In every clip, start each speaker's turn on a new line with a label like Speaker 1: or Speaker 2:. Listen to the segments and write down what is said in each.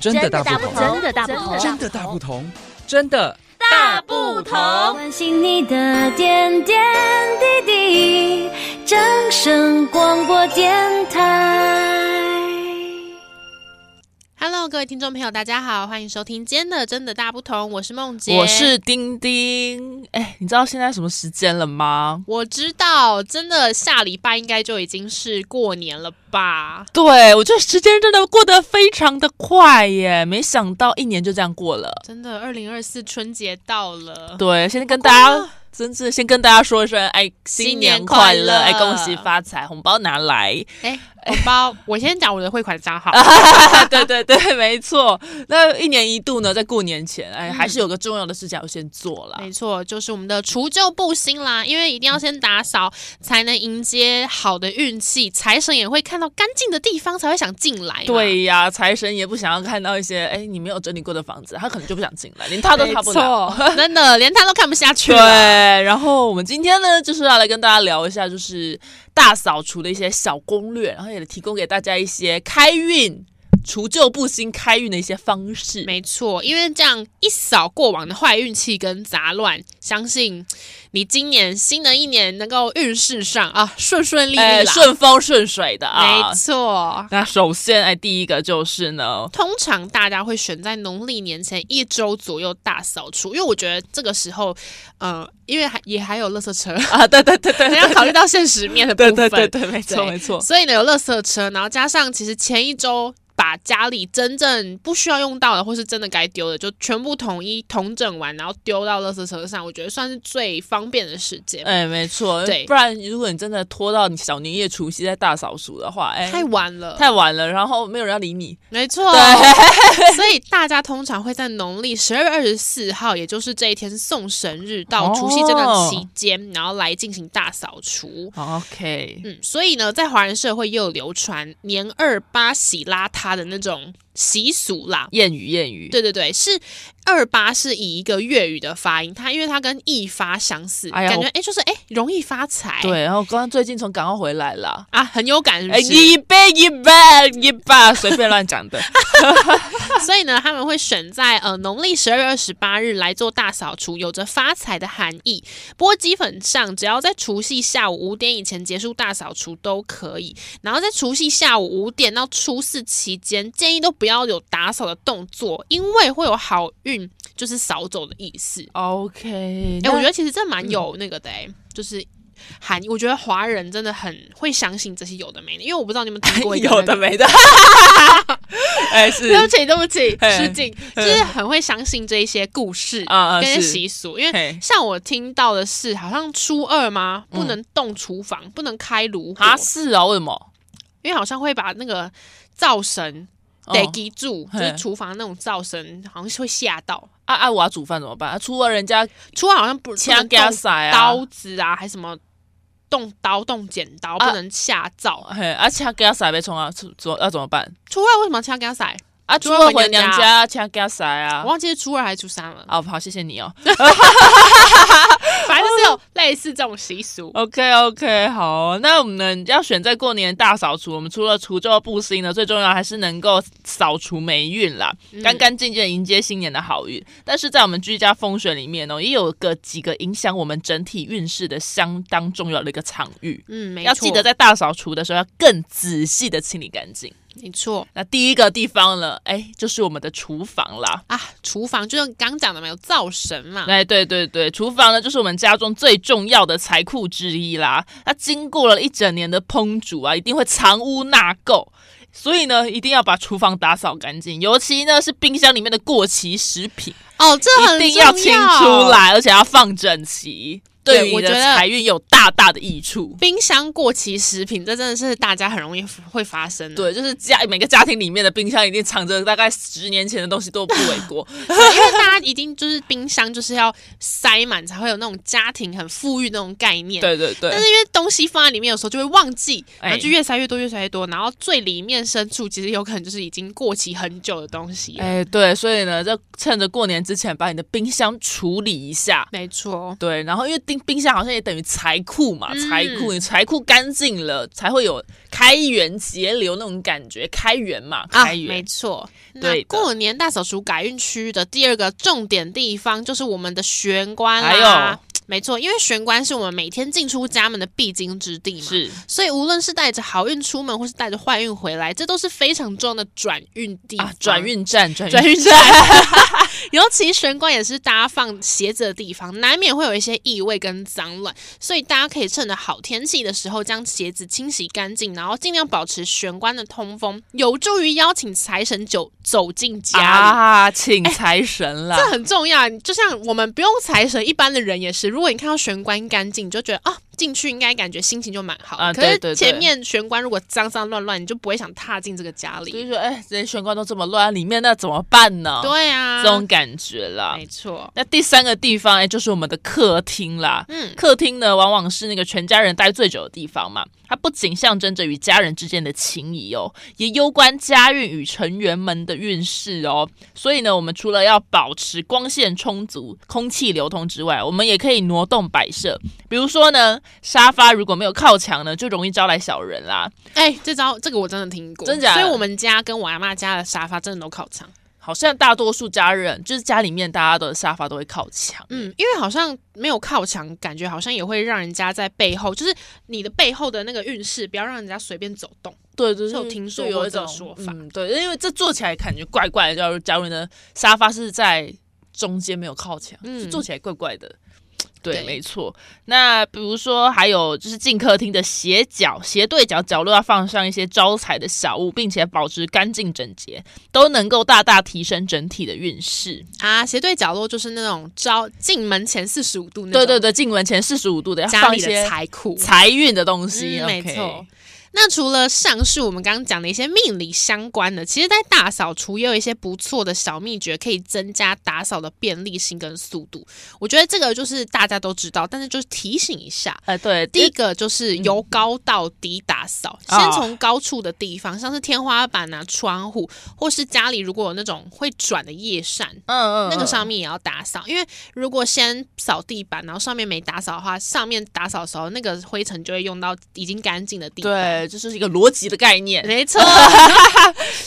Speaker 1: 真的大
Speaker 2: 大
Speaker 1: 不
Speaker 2: 不
Speaker 1: 同，
Speaker 2: 同，的大
Speaker 1: 真
Speaker 2: 真
Speaker 1: 的大不同，真的大不同。
Speaker 3: 关心你的点点滴滴，掌声广播电台。
Speaker 4: Hello，各位听众朋友，大家好，欢迎收听今天的《真的大不同》，我是梦洁，
Speaker 5: 我是丁丁。哎，你知道现在什么时间了吗？
Speaker 4: 我知道，真的下礼拜应该就已经是过年了吧？
Speaker 5: 对，我觉得时间真的过得非常的快耶，没想到一年就这样过了。
Speaker 4: 真的，二零二四春节到了，
Speaker 5: 对，先跟大家，真是先跟大家说一声，哎，哦新年
Speaker 4: 新年快
Speaker 5: 快乐，
Speaker 4: 乐
Speaker 5: 哎，恭喜发财，红包拿 来。
Speaker 4: 哎，红包，我先讲我的汇款账
Speaker 5: 啊
Speaker 4: 号，
Speaker 5: 对对对，没错。那一年一度呢，在过年前，哎，还是有个重要的事情要先做啦。
Speaker 4: 没错，就是我们的除旧布新啦，因为一定要先打扫，才能迎接好的运气，财神也会看到干净的地方才会想进来嘛。
Speaker 5: 对呀，财神也不想要看到一些哎你没有整理过的房子，他可能就不想进来，连他都
Speaker 4: 没
Speaker 5: 他不来。
Speaker 4: 错，真的连他都看不下去
Speaker 5: 对，
Speaker 4: 了。
Speaker 5: 然后我们今天呢，就是要来跟大家聊一下，就是大扫除的一些小攻略，然后也提供给大家一些开运、除旧布新、开运的一些方式。
Speaker 4: 没错，因为这样一扫过往的坏运气跟杂乱，相信你今年新的一年能够运势上啊顺顺利利
Speaker 5: 哎，
Speaker 4: 啦。
Speaker 5: 顺风顺水的啊
Speaker 4: 没。错。
Speaker 5: 那首先，哎，第一个就 是呢，
Speaker 4: 通常大家会选在农历年前一周左右大扫除，因为我觉得这个时候，呃，因为还也还有垃圾车，
Speaker 5: 啊，对对对对，
Speaker 4: 还要考虑到现实面的部
Speaker 5: 对
Speaker 4: 分。
Speaker 5: 对对对，没错
Speaker 4: 对
Speaker 5: 没错，
Speaker 4: 所以呢，有垃圾车，然后加上其实前一周把家里真正不需要用到的，或是真的该丢的，就全部统一统整完，然后丢到垃圾车上，我觉得算是最方便的时间。
Speaker 5: 哎，没错，
Speaker 4: 对
Speaker 5: 不然如果你真的拖到你小年夜、除夕再大扫除的话，哎，
Speaker 4: 太晚了，
Speaker 5: 太晚了，然后没有人要理你。
Speaker 4: 没错。所以大家通常会在农历十二月二十四号，也就是这一天送神日到
Speaker 5: 哦
Speaker 4: 除夕这段期间，然后来进行大扫除。
Speaker 5: OK，
Speaker 4: 嗯，所以呢，在华人社会也有流传年二八洗邋遢的那种习俗啦。
Speaker 5: 谚语谚语，
Speaker 4: 对对对，是二八是以一个粤语的发音，它因为它跟一发相似，
Speaker 5: 哎呀
Speaker 4: 感觉
Speaker 5: 我
Speaker 4: 哎、诶就是哎、诶容易发财，
Speaker 5: 对，然后刚刚最近从港澳回来啦。
Speaker 4: 啊很有感是不
Speaker 5: 哎，
Speaker 4: 是
Speaker 5: 一杯一杯一杯，随便乱讲的。
Speaker 4: 所以呢他们会选在呃农历十二月二十八日来做大扫除，有着发财的含义。不过基本上只要在除夕下午五点以前结束大扫除都可以，然后在除夕下午五点到初四期间，建议都不要有打扫的动作，因为会有好运就是扫走的意思。
Speaker 5: OK，
Speaker 4: 哎、
Speaker 5: 那
Speaker 4: 我觉得其实这
Speaker 5: 嗯
Speaker 4: 蛮有那个的、欸，就是含义。我觉得华人真的很会相信这些有的没的，因为我不知道你们听过一个、
Speaker 5: 有的。没的。哎，是
Speaker 4: 对不起，对不起，
Speaker 5: 嘿
Speaker 4: 失敬，就是很会相信这一些故事
Speaker 5: 啊啊
Speaker 4: 跟一些
Speaker 5: 是
Speaker 4: 习俗，因为
Speaker 5: 嘿
Speaker 4: 像我听到的是，好像初二吗？不能动厨房，不能开炉火，
Speaker 5: 嗯啊，是啊，为什么？
Speaker 4: 因为好像会把那个灶神
Speaker 5: 哦
Speaker 4: 得记住，就
Speaker 5: 嘿
Speaker 4: 是厨房那种灶神好像是会吓到。
Speaker 5: 啊啊，我要煮饭怎么办？啊除了人家
Speaker 4: 初二好像不不
Speaker 5: 枪
Speaker 4: 能
Speaker 5: 给他
Speaker 4: 动
Speaker 5: 塞啊，
Speaker 4: 刀子啊，还什么动刀动剪刀，
Speaker 5: 啊
Speaker 4: 不能下灶。
Speaker 5: 嘿啊，枪给他塞被冲啊，怎要怎么办？
Speaker 4: 初二为什么要给他塞？
Speaker 5: 啊，
Speaker 4: 除
Speaker 5: 除
Speaker 4: 了
Speaker 5: 了
Speaker 4: 回
Speaker 5: 回娘
Speaker 4: 娘
Speaker 5: 家，枪给他塞啊
Speaker 4: 我。忘记是初二还是初三了，
Speaker 5: 哦，好，谢谢你哦。
Speaker 4: 反正就是有类似这种习俗。
Speaker 5: OK OK，好，那我们要选在过年大扫除，我们除了除旧布新呢，最重要还是能够扫除霉运啦，
Speaker 4: 嗯
Speaker 5: 干干净净地迎接新年的好运。但是在我们居家风水里面呢、哦也有个几个影响我们整体运势的相当重要的一个场域，
Speaker 4: 嗯，没错，
Speaker 5: 要记得在大扫除的时候要更仔细的清理干净。
Speaker 4: 没错
Speaker 5: 那第一个地方呢，哎，就是我们的厨房啦。
Speaker 4: 啊。厨房就是刚讲的嘛，有灶神嘛。
Speaker 5: 哎，对对对，厨房呢就是我们家中最重要的财库之一啦。它经过了一整年的烹煮啊，一定会藏污纳垢，所以呢，一定要把厨房打扫干净，尤其呢是冰箱里面的过期食品，
Speaker 4: 哦，这很
Speaker 5: 一定要
Speaker 4: 重
Speaker 5: 清出。来，而且要放整齐，
Speaker 4: 对
Speaker 5: 对于
Speaker 4: 我
Speaker 5: 你的
Speaker 4: 觉得
Speaker 5: 财运有大大的益处。
Speaker 4: 冰箱过期食品，这真的是大家很容易会发生的。
Speaker 5: 对，就是家每个家庭里面的冰箱一定藏着大概十年前的东西，都不为 过。
Speaker 4: 对，因为大家一定就是冰箱就是要塞满，才会有那种家庭很富裕那种概念。
Speaker 5: 对对对
Speaker 4: 但，是因为东西放在里面，有时候就会忘记，
Speaker 5: 哎
Speaker 4: 然后就越塞越多，越塞越多，然后最里面深处其实有可能就是已经过期很久的东西。
Speaker 5: 哎、对，所以呢，就趁着过年之前把你的冰箱处理一下。
Speaker 4: 没错，
Speaker 5: 对，然后因为冰冰箱好像也等于财库嘛，
Speaker 4: 嗯
Speaker 5: 财库你财库干净了，才会有开源节流那种感觉，开源嘛，
Speaker 4: 啊，
Speaker 5: 开源。
Speaker 4: 没错。那
Speaker 5: 对的
Speaker 4: 过年大扫除改运区的第二个重点地方就是我们的玄关
Speaker 5: 哎
Speaker 4: 啦
Speaker 5: 呦。
Speaker 4: 没错，因为玄关是我们每天进出家门的必经之地嘛，
Speaker 5: 是
Speaker 4: 所以无论是带着好运出门，或是带着坏运回来，这都是非常重要的转运地
Speaker 5: 啊，转
Speaker 4: 方
Speaker 5: 运站，转运
Speaker 4: 转
Speaker 5: 站
Speaker 4: 运站， 尤其玄关也是大家放鞋子的地方，难免会有一些异味跟脏乱，所以大家可以趁着好天气的时候将鞋子清洗干净，然后尽量保持玄关的通风，有助于邀请财神九走进家里。哎
Speaker 5: 啊，请财神啦
Speaker 4: 这！很重要，啊就像我们不用财神，一般的人也是。如果你看到玄关干净，你就觉得啊，进去应该感觉心情就蛮好的。
Speaker 5: 啊
Speaker 4: 可
Speaker 5: 对
Speaker 4: 是
Speaker 5: 对对
Speaker 4: 前面玄关如果脏脏乱乱，你就不会想踏进这个家
Speaker 5: 所以
Speaker 4: 里。
Speaker 5: 说，哎，这些玄关都这么乱，里面那怎么办呢？
Speaker 4: 对啊，
Speaker 5: 这种感觉啦
Speaker 4: 没。错。
Speaker 5: 那第三个地方，哎，就是我们的客厅啦。
Speaker 4: 嗯，
Speaker 5: 客厅呢，往往是那个全家人待最久的地方嘛。它不仅象征着与家人之间的情谊哦，也攸关家运与成员们的运势哦。所以呢，我们除了要保持光线充足、空气流通之外，我们也可以挪动摆设。比如说呢，沙发如果没有靠墙呢，就容易招来小人啦。
Speaker 4: 哎、这招这个我真的听过，
Speaker 5: 真假的
Speaker 4: 所以我们家跟我阿妈家的沙发真的都靠墙。
Speaker 5: 好像大多数家人，就是家里面大家的沙发都会靠墙。
Speaker 4: 嗯，因为好像没有靠墙，感觉好像也会让人家在背后，就是你的背后的那个运势，不要让人家随便走动。
Speaker 5: 对，就是
Speaker 4: 有听说
Speaker 5: 就
Speaker 4: 过
Speaker 5: 有一
Speaker 4: 这
Speaker 5: 种
Speaker 4: 个说法
Speaker 5: 嗯，对，因为这坐起来感觉怪怪的。假如假如你的沙发是在中间没有靠墙，
Speaker 4: 嗯
Speaker 5: 就坐起来怪怪的。对，
Speaker 4: 对
Speaker 5: 没错。那比如说，还有就是进客厅的斜角、斜对角角落要放上一些招财的小物，并且保持干净整洁，都能够大大提升整体的运势。
Speaker 4: 啊，斜对角落就是那种招进门前四十五度那种，
Speaker 5: 对对对，进门前四十五度的要
Speaker 4: 家
Speaker 5: 放一
Speaker 4: 里的
Speaker 5: 些
Speaker 4: 财库。
Speaker 5: 财运的东西。
Speaker 4: 嗯没
Speaker 5: OK
Speaker 4: 错，那除了上述我们刚刚讲的一些命理相关的，其实在大扫除也有一些不错的小秘诀，可以增加打扫的便利性跟速度。我觉得这个就是大家都知道，但是就是提醒一下，
Speaker 5: 哎、对，
Speaker 4: 第
Speaker 5: 第
Speaker 4: 一个就是由高到低打扫，
Speaker 5: 嗯啊
Speaker 4: 先从高处的地方，像是天花板啊、窗户，或是家里如果有那种会转的叶扇。
Speaker 5: 嗯嗯，
Speaker 4: 那个
Speaker 5: 嗯
Speaker 4: 上面也要打扫，因为如果先扫地板，然后上面没打扫的话，上面打扫的时候，那个灰尘就会用到已经干净的地方。
Speaker 5: 对，这就是一个逻辑的概念。
Speaker 4: 没 错。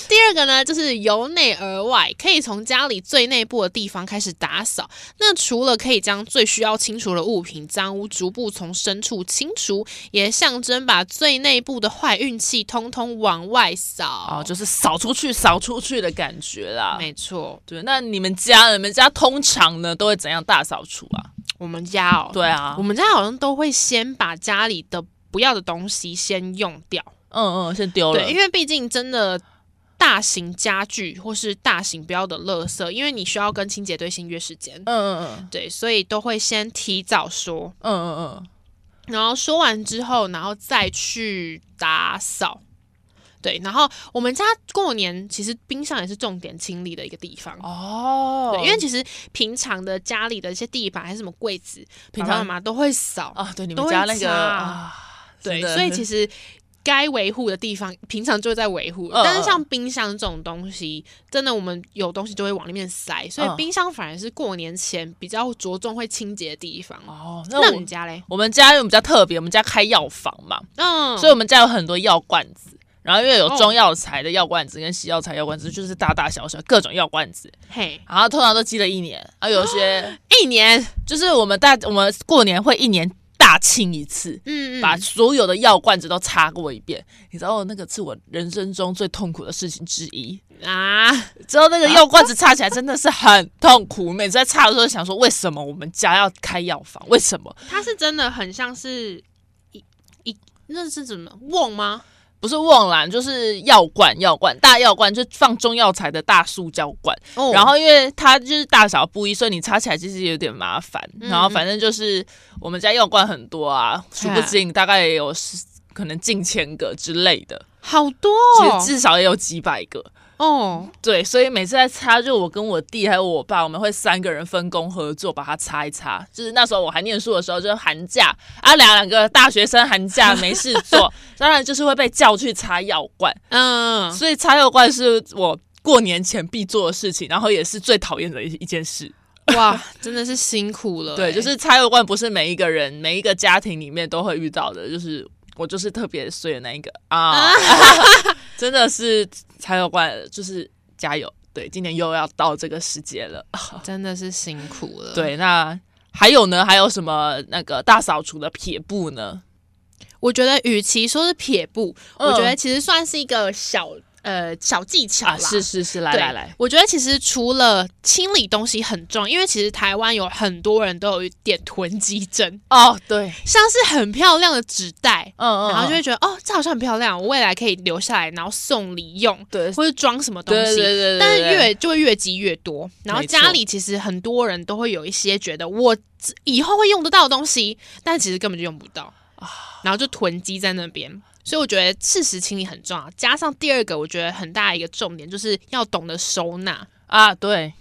Speaker 4: 第二个呢，就是由内而外，可以从家里最内部的地方开始打扫。那除了可以将最需要清除的物品、脏污逐步从深处清除，也象征把最内部的坏运气通通往外扫。
Speaker 5: 哦，就是扫出去、扫出去的感觉啦。
Speaker 4: 没错，
Speaker 5: 对，那你们家、你们家通常呢都会怎样大扫除啊？
Speaker 4: 我们家哦，
Speaker 5: 对啊
Speaker 4: 我，们家好像都会先把家里的不要的东西先用掉，
Speaker 5: 嗯嗯，先丢了
Speaker 4: 对，因。为毕竟真的。大型家具或是大型不要的垃圾，因为你需要跟清洁队先约时间。
Speaker 5: 嗯嗯
Speaker 4: 对，所以都会先提早说，
Speaker 5: 嗯嗯嗯嗯，
Speaker 4: 然后说完之后，然后再去打扫。对，然后我们家过年其实冰箱也是重点清理的一个地方。
Speaker 5: 哦
Speaker 4: 对，因为其实平常的家里的一些地板还是什么柜子，
Speaker 5: 平
Speaker 4: 爸爸
Speaker 5: 常
Speaker 4: 妈妈都会扫。
Speaker 5: 啊，对，你
Speaker 4: 都
Speaker 5: 们
Speaker 4: 会
Speaker 5: 家那
Speaker 4: 擦
Speaker 5: 个啊，
Speaker 4: 对，
Speaker 5: 真的
Speaker 4: 所以其实该维护的地方，平常就在维护。
Speaker 5: 嗯
Speaker 4: 但是
Speaker 5: 嗯
Speaker 4: 像冰箱这种东西，真的我们有东西就会往里面塞，所以
Speaker 5: 嗯
Speaker 4: 冰箱反而是过年前比较着重会清洁的地方。
Speaker 5: 哦，那
Speaker 4: 那
Speaker 5: 我
Speaker 4: 你家嘞？
Speaker 5: 我们家因为我们家特别，我们家开药房嘛，
Speaker 4: 嗯，
Speaker 5: 所以我们家有很多药罐子。然后因为有
Speaker 4: 哦
Speaker 5: 中药材的药罐子跟西药材药罐子，就是大大小小各种药罐子，
Speaker 4: 嘿，
Speaker 5: 然后通常都积了一年，啊，有些
Speaker 4: 一年，
Speaker 5: 就是我们大我们过年会一年大清一次，
Speaker 4: 嗯，
Speaker 5: 把所有的药罐子都擦过一遍。你知道那个是我人生中最痛苦的事情之一。
Speaker 4: 啊，
Speaker 5: 之后那个药罐子擦起来真的是很痛苦，每次在擦的时候想说，为什么我们家要开药房？为什么
Speaker 4: 它是真的很像是一一那是怎么瓮吗？
Speaker 5: 不是瓮篮就是药罐？药罐大药罐就放中药材的大塑胶罐。
Speaker 4: 哦
Speaker 5: 然后因为它就是大小不一，所以你擦起来其实有点麻烦。
Speaker 4: 嗯
Speaker 5: 然后反正就是我们家药罐很多啊，数不清，大概也有十可能近千个之类的，
Speaker 4: 好多
Speaker 5: 其实
Speaker 4: 哦，
Speaker 5: 至少也有几百个。
Speaker 4: 哦，
Speaker 5: 对，所以每次在擦，就我跟我弟还有我爸，我们会三个人分工合作把它擦一擦。就是那时候我还念书的时候，就是寒假啊，两两个大学生寒假没事 做，当然就是会被叫去擦药罐。
Speaker 4: 嗯，
Speaker 5: 所以擦药罐是我过年前必做的事情，然后也是最讨厌的一一件事。
Speaker 4: 哇，真的是辛苦了欸、
Speaker 5: 对，就是拆二罐不是每一个人、每一个家庭里面都会遇到的，就是我就是特别衰的那一个 啊， 真的是拆二罐，就是加油！对，今年又要到这个时节 了。
Speaker 4: 真的是辛苦了。，
Speaker 5: 对，那还有呢？还有什么那个大扫除的撇步呢？
Speaker 4: 我觉得与其说是撇步，
Speaker 5: 嗯
Speaker 4: 我觉得其实算是一个小呃小技巧啦。
Speaker 5: 啊，是是是，来
Speaker 4: 对
Speaker 5: 来来，，
Speaker 4: 我觉得其实除了清理东西很重要，因为其实台湾有很多人都有一点囤积 症，
Speaker 5: 哦，对，
Speaker 4: 像是很漂亮的纸袋，
Speaker 5: 嗯嗯，
Speaker 4: 然后就
Speaker 5: 嗯
Speaker 4: 会觉得哦，这好像很漂亮，我未来可以留下来，然后送礼用，
Speaker 5: 对
Speaker 4: 或者装什么东
Speaker 5: 对对
Speaker 4: 西。
Speaker 5: 对对，
Speaker 4: 但是
Speaker 5: 对
Speaker 4: 越就会越积越多，然后
Speaker 5: 没
Speaker 4: 家
Speaker 5: 错
Speaker 4: 里其实很多人都会有一些觉得我以后会用得到的东西，但其实根本就用不到，
Speaker 5: 啊
Speaker 4: 然后就囤积在那边。所以我觉得适时清理很重要，加上第二个，我觉得很大一个重点就是要懂得收纳。
Speaker 5: 啊，对，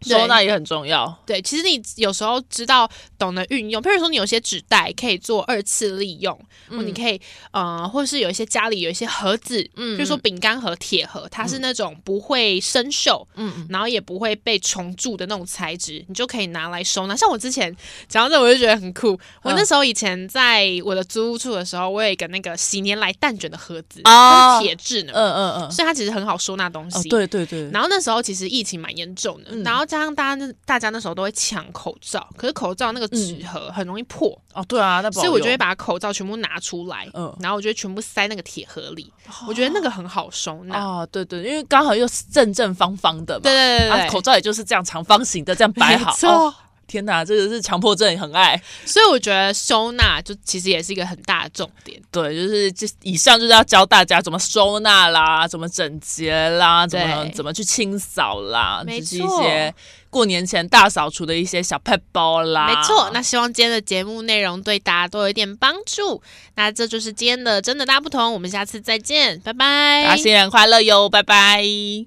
Speaker 4: 对
Speaker 5: 收纳也很重要。
Speaker 4: 对，其实你有时候知道懂得运用，譬如说你有些纸袋可以做二次利用，或
Speaker 5: 嗯
Speaker 4: 你可以呃，或是有一些家里有一些盒子，嗯，比如说饼干盒、铁盒，它是那种不会生锈，
Speaker 5: 嗯，
Speaker 4: 然后也不会被虫蛀的那种材质，你就可以拿来收纳。像我之前讲到这，我就觉得很酷。我
Speaker 5: 嗯
Speaker 4: 那时候以前在我的租屋处的时候，我有一个那个喜年来蛋卷的盒子，
Speaker 5: 哦
Speaker 4: 它是铁质
Speaker 5: 嗯
Speaker 4: 的，
Speaker 5: 嗯嗯，
Speaker 4: 所以它其实很好收纳东西。
Speaker 5: 哦，对对对，
Speaker 4: 然后那时候其实疫情蛮严重的，
Speaker 5: 嗯
Speaker 4: 然后加上大家那大家那时候都会抢口罩，可是口罩那个纸盒很容易破，
Speaker 5: 哦，对啊，那不
Speaker 4: 所
Speaker 5: 好
Speaker 4: 以我就
Speaker 5: 用
Speaker 4: 会把口罩全部拿出来，
Speaker 5: 嗯
Speaker 4: 然后我就会全部塞那个铁盒里，我觉得那个很好收纳。
Speaker 5: 哦，对对，因为刚好又是正正方方的嘛，
Speaker 4: 对对对对
Speaker 5: 啊，
Speaker 4: 对，
Speaker 5: 口罩也就是这样长方形的这样摆好
Speaker 4: 没。错
Speaker 5: 哦天哪，这个是强迫症，很爱。
Speaker 4: 所以我觉得收纳就其实也是一个很大的重点。
Speaker 5: 对，就是这以上就是要教大家怎么收纳啦，怎么整洁啦，怎么
Speaker 4: 对
Speaker 5: 怎么去清扫啦，
Speaker 4: 没
Speaker 5: 这是一
Speaker 4: 错
Speaker 5: 些过年前大扫除的一些小 pet 包啦。
Speaker 4: 没错，那希望今天的节目内容对大家都有一点帮助。那这就是今天的真的大不同，我们下次再见，拜拜。
Speaker 5: 大家新年快乐哟，拜拜。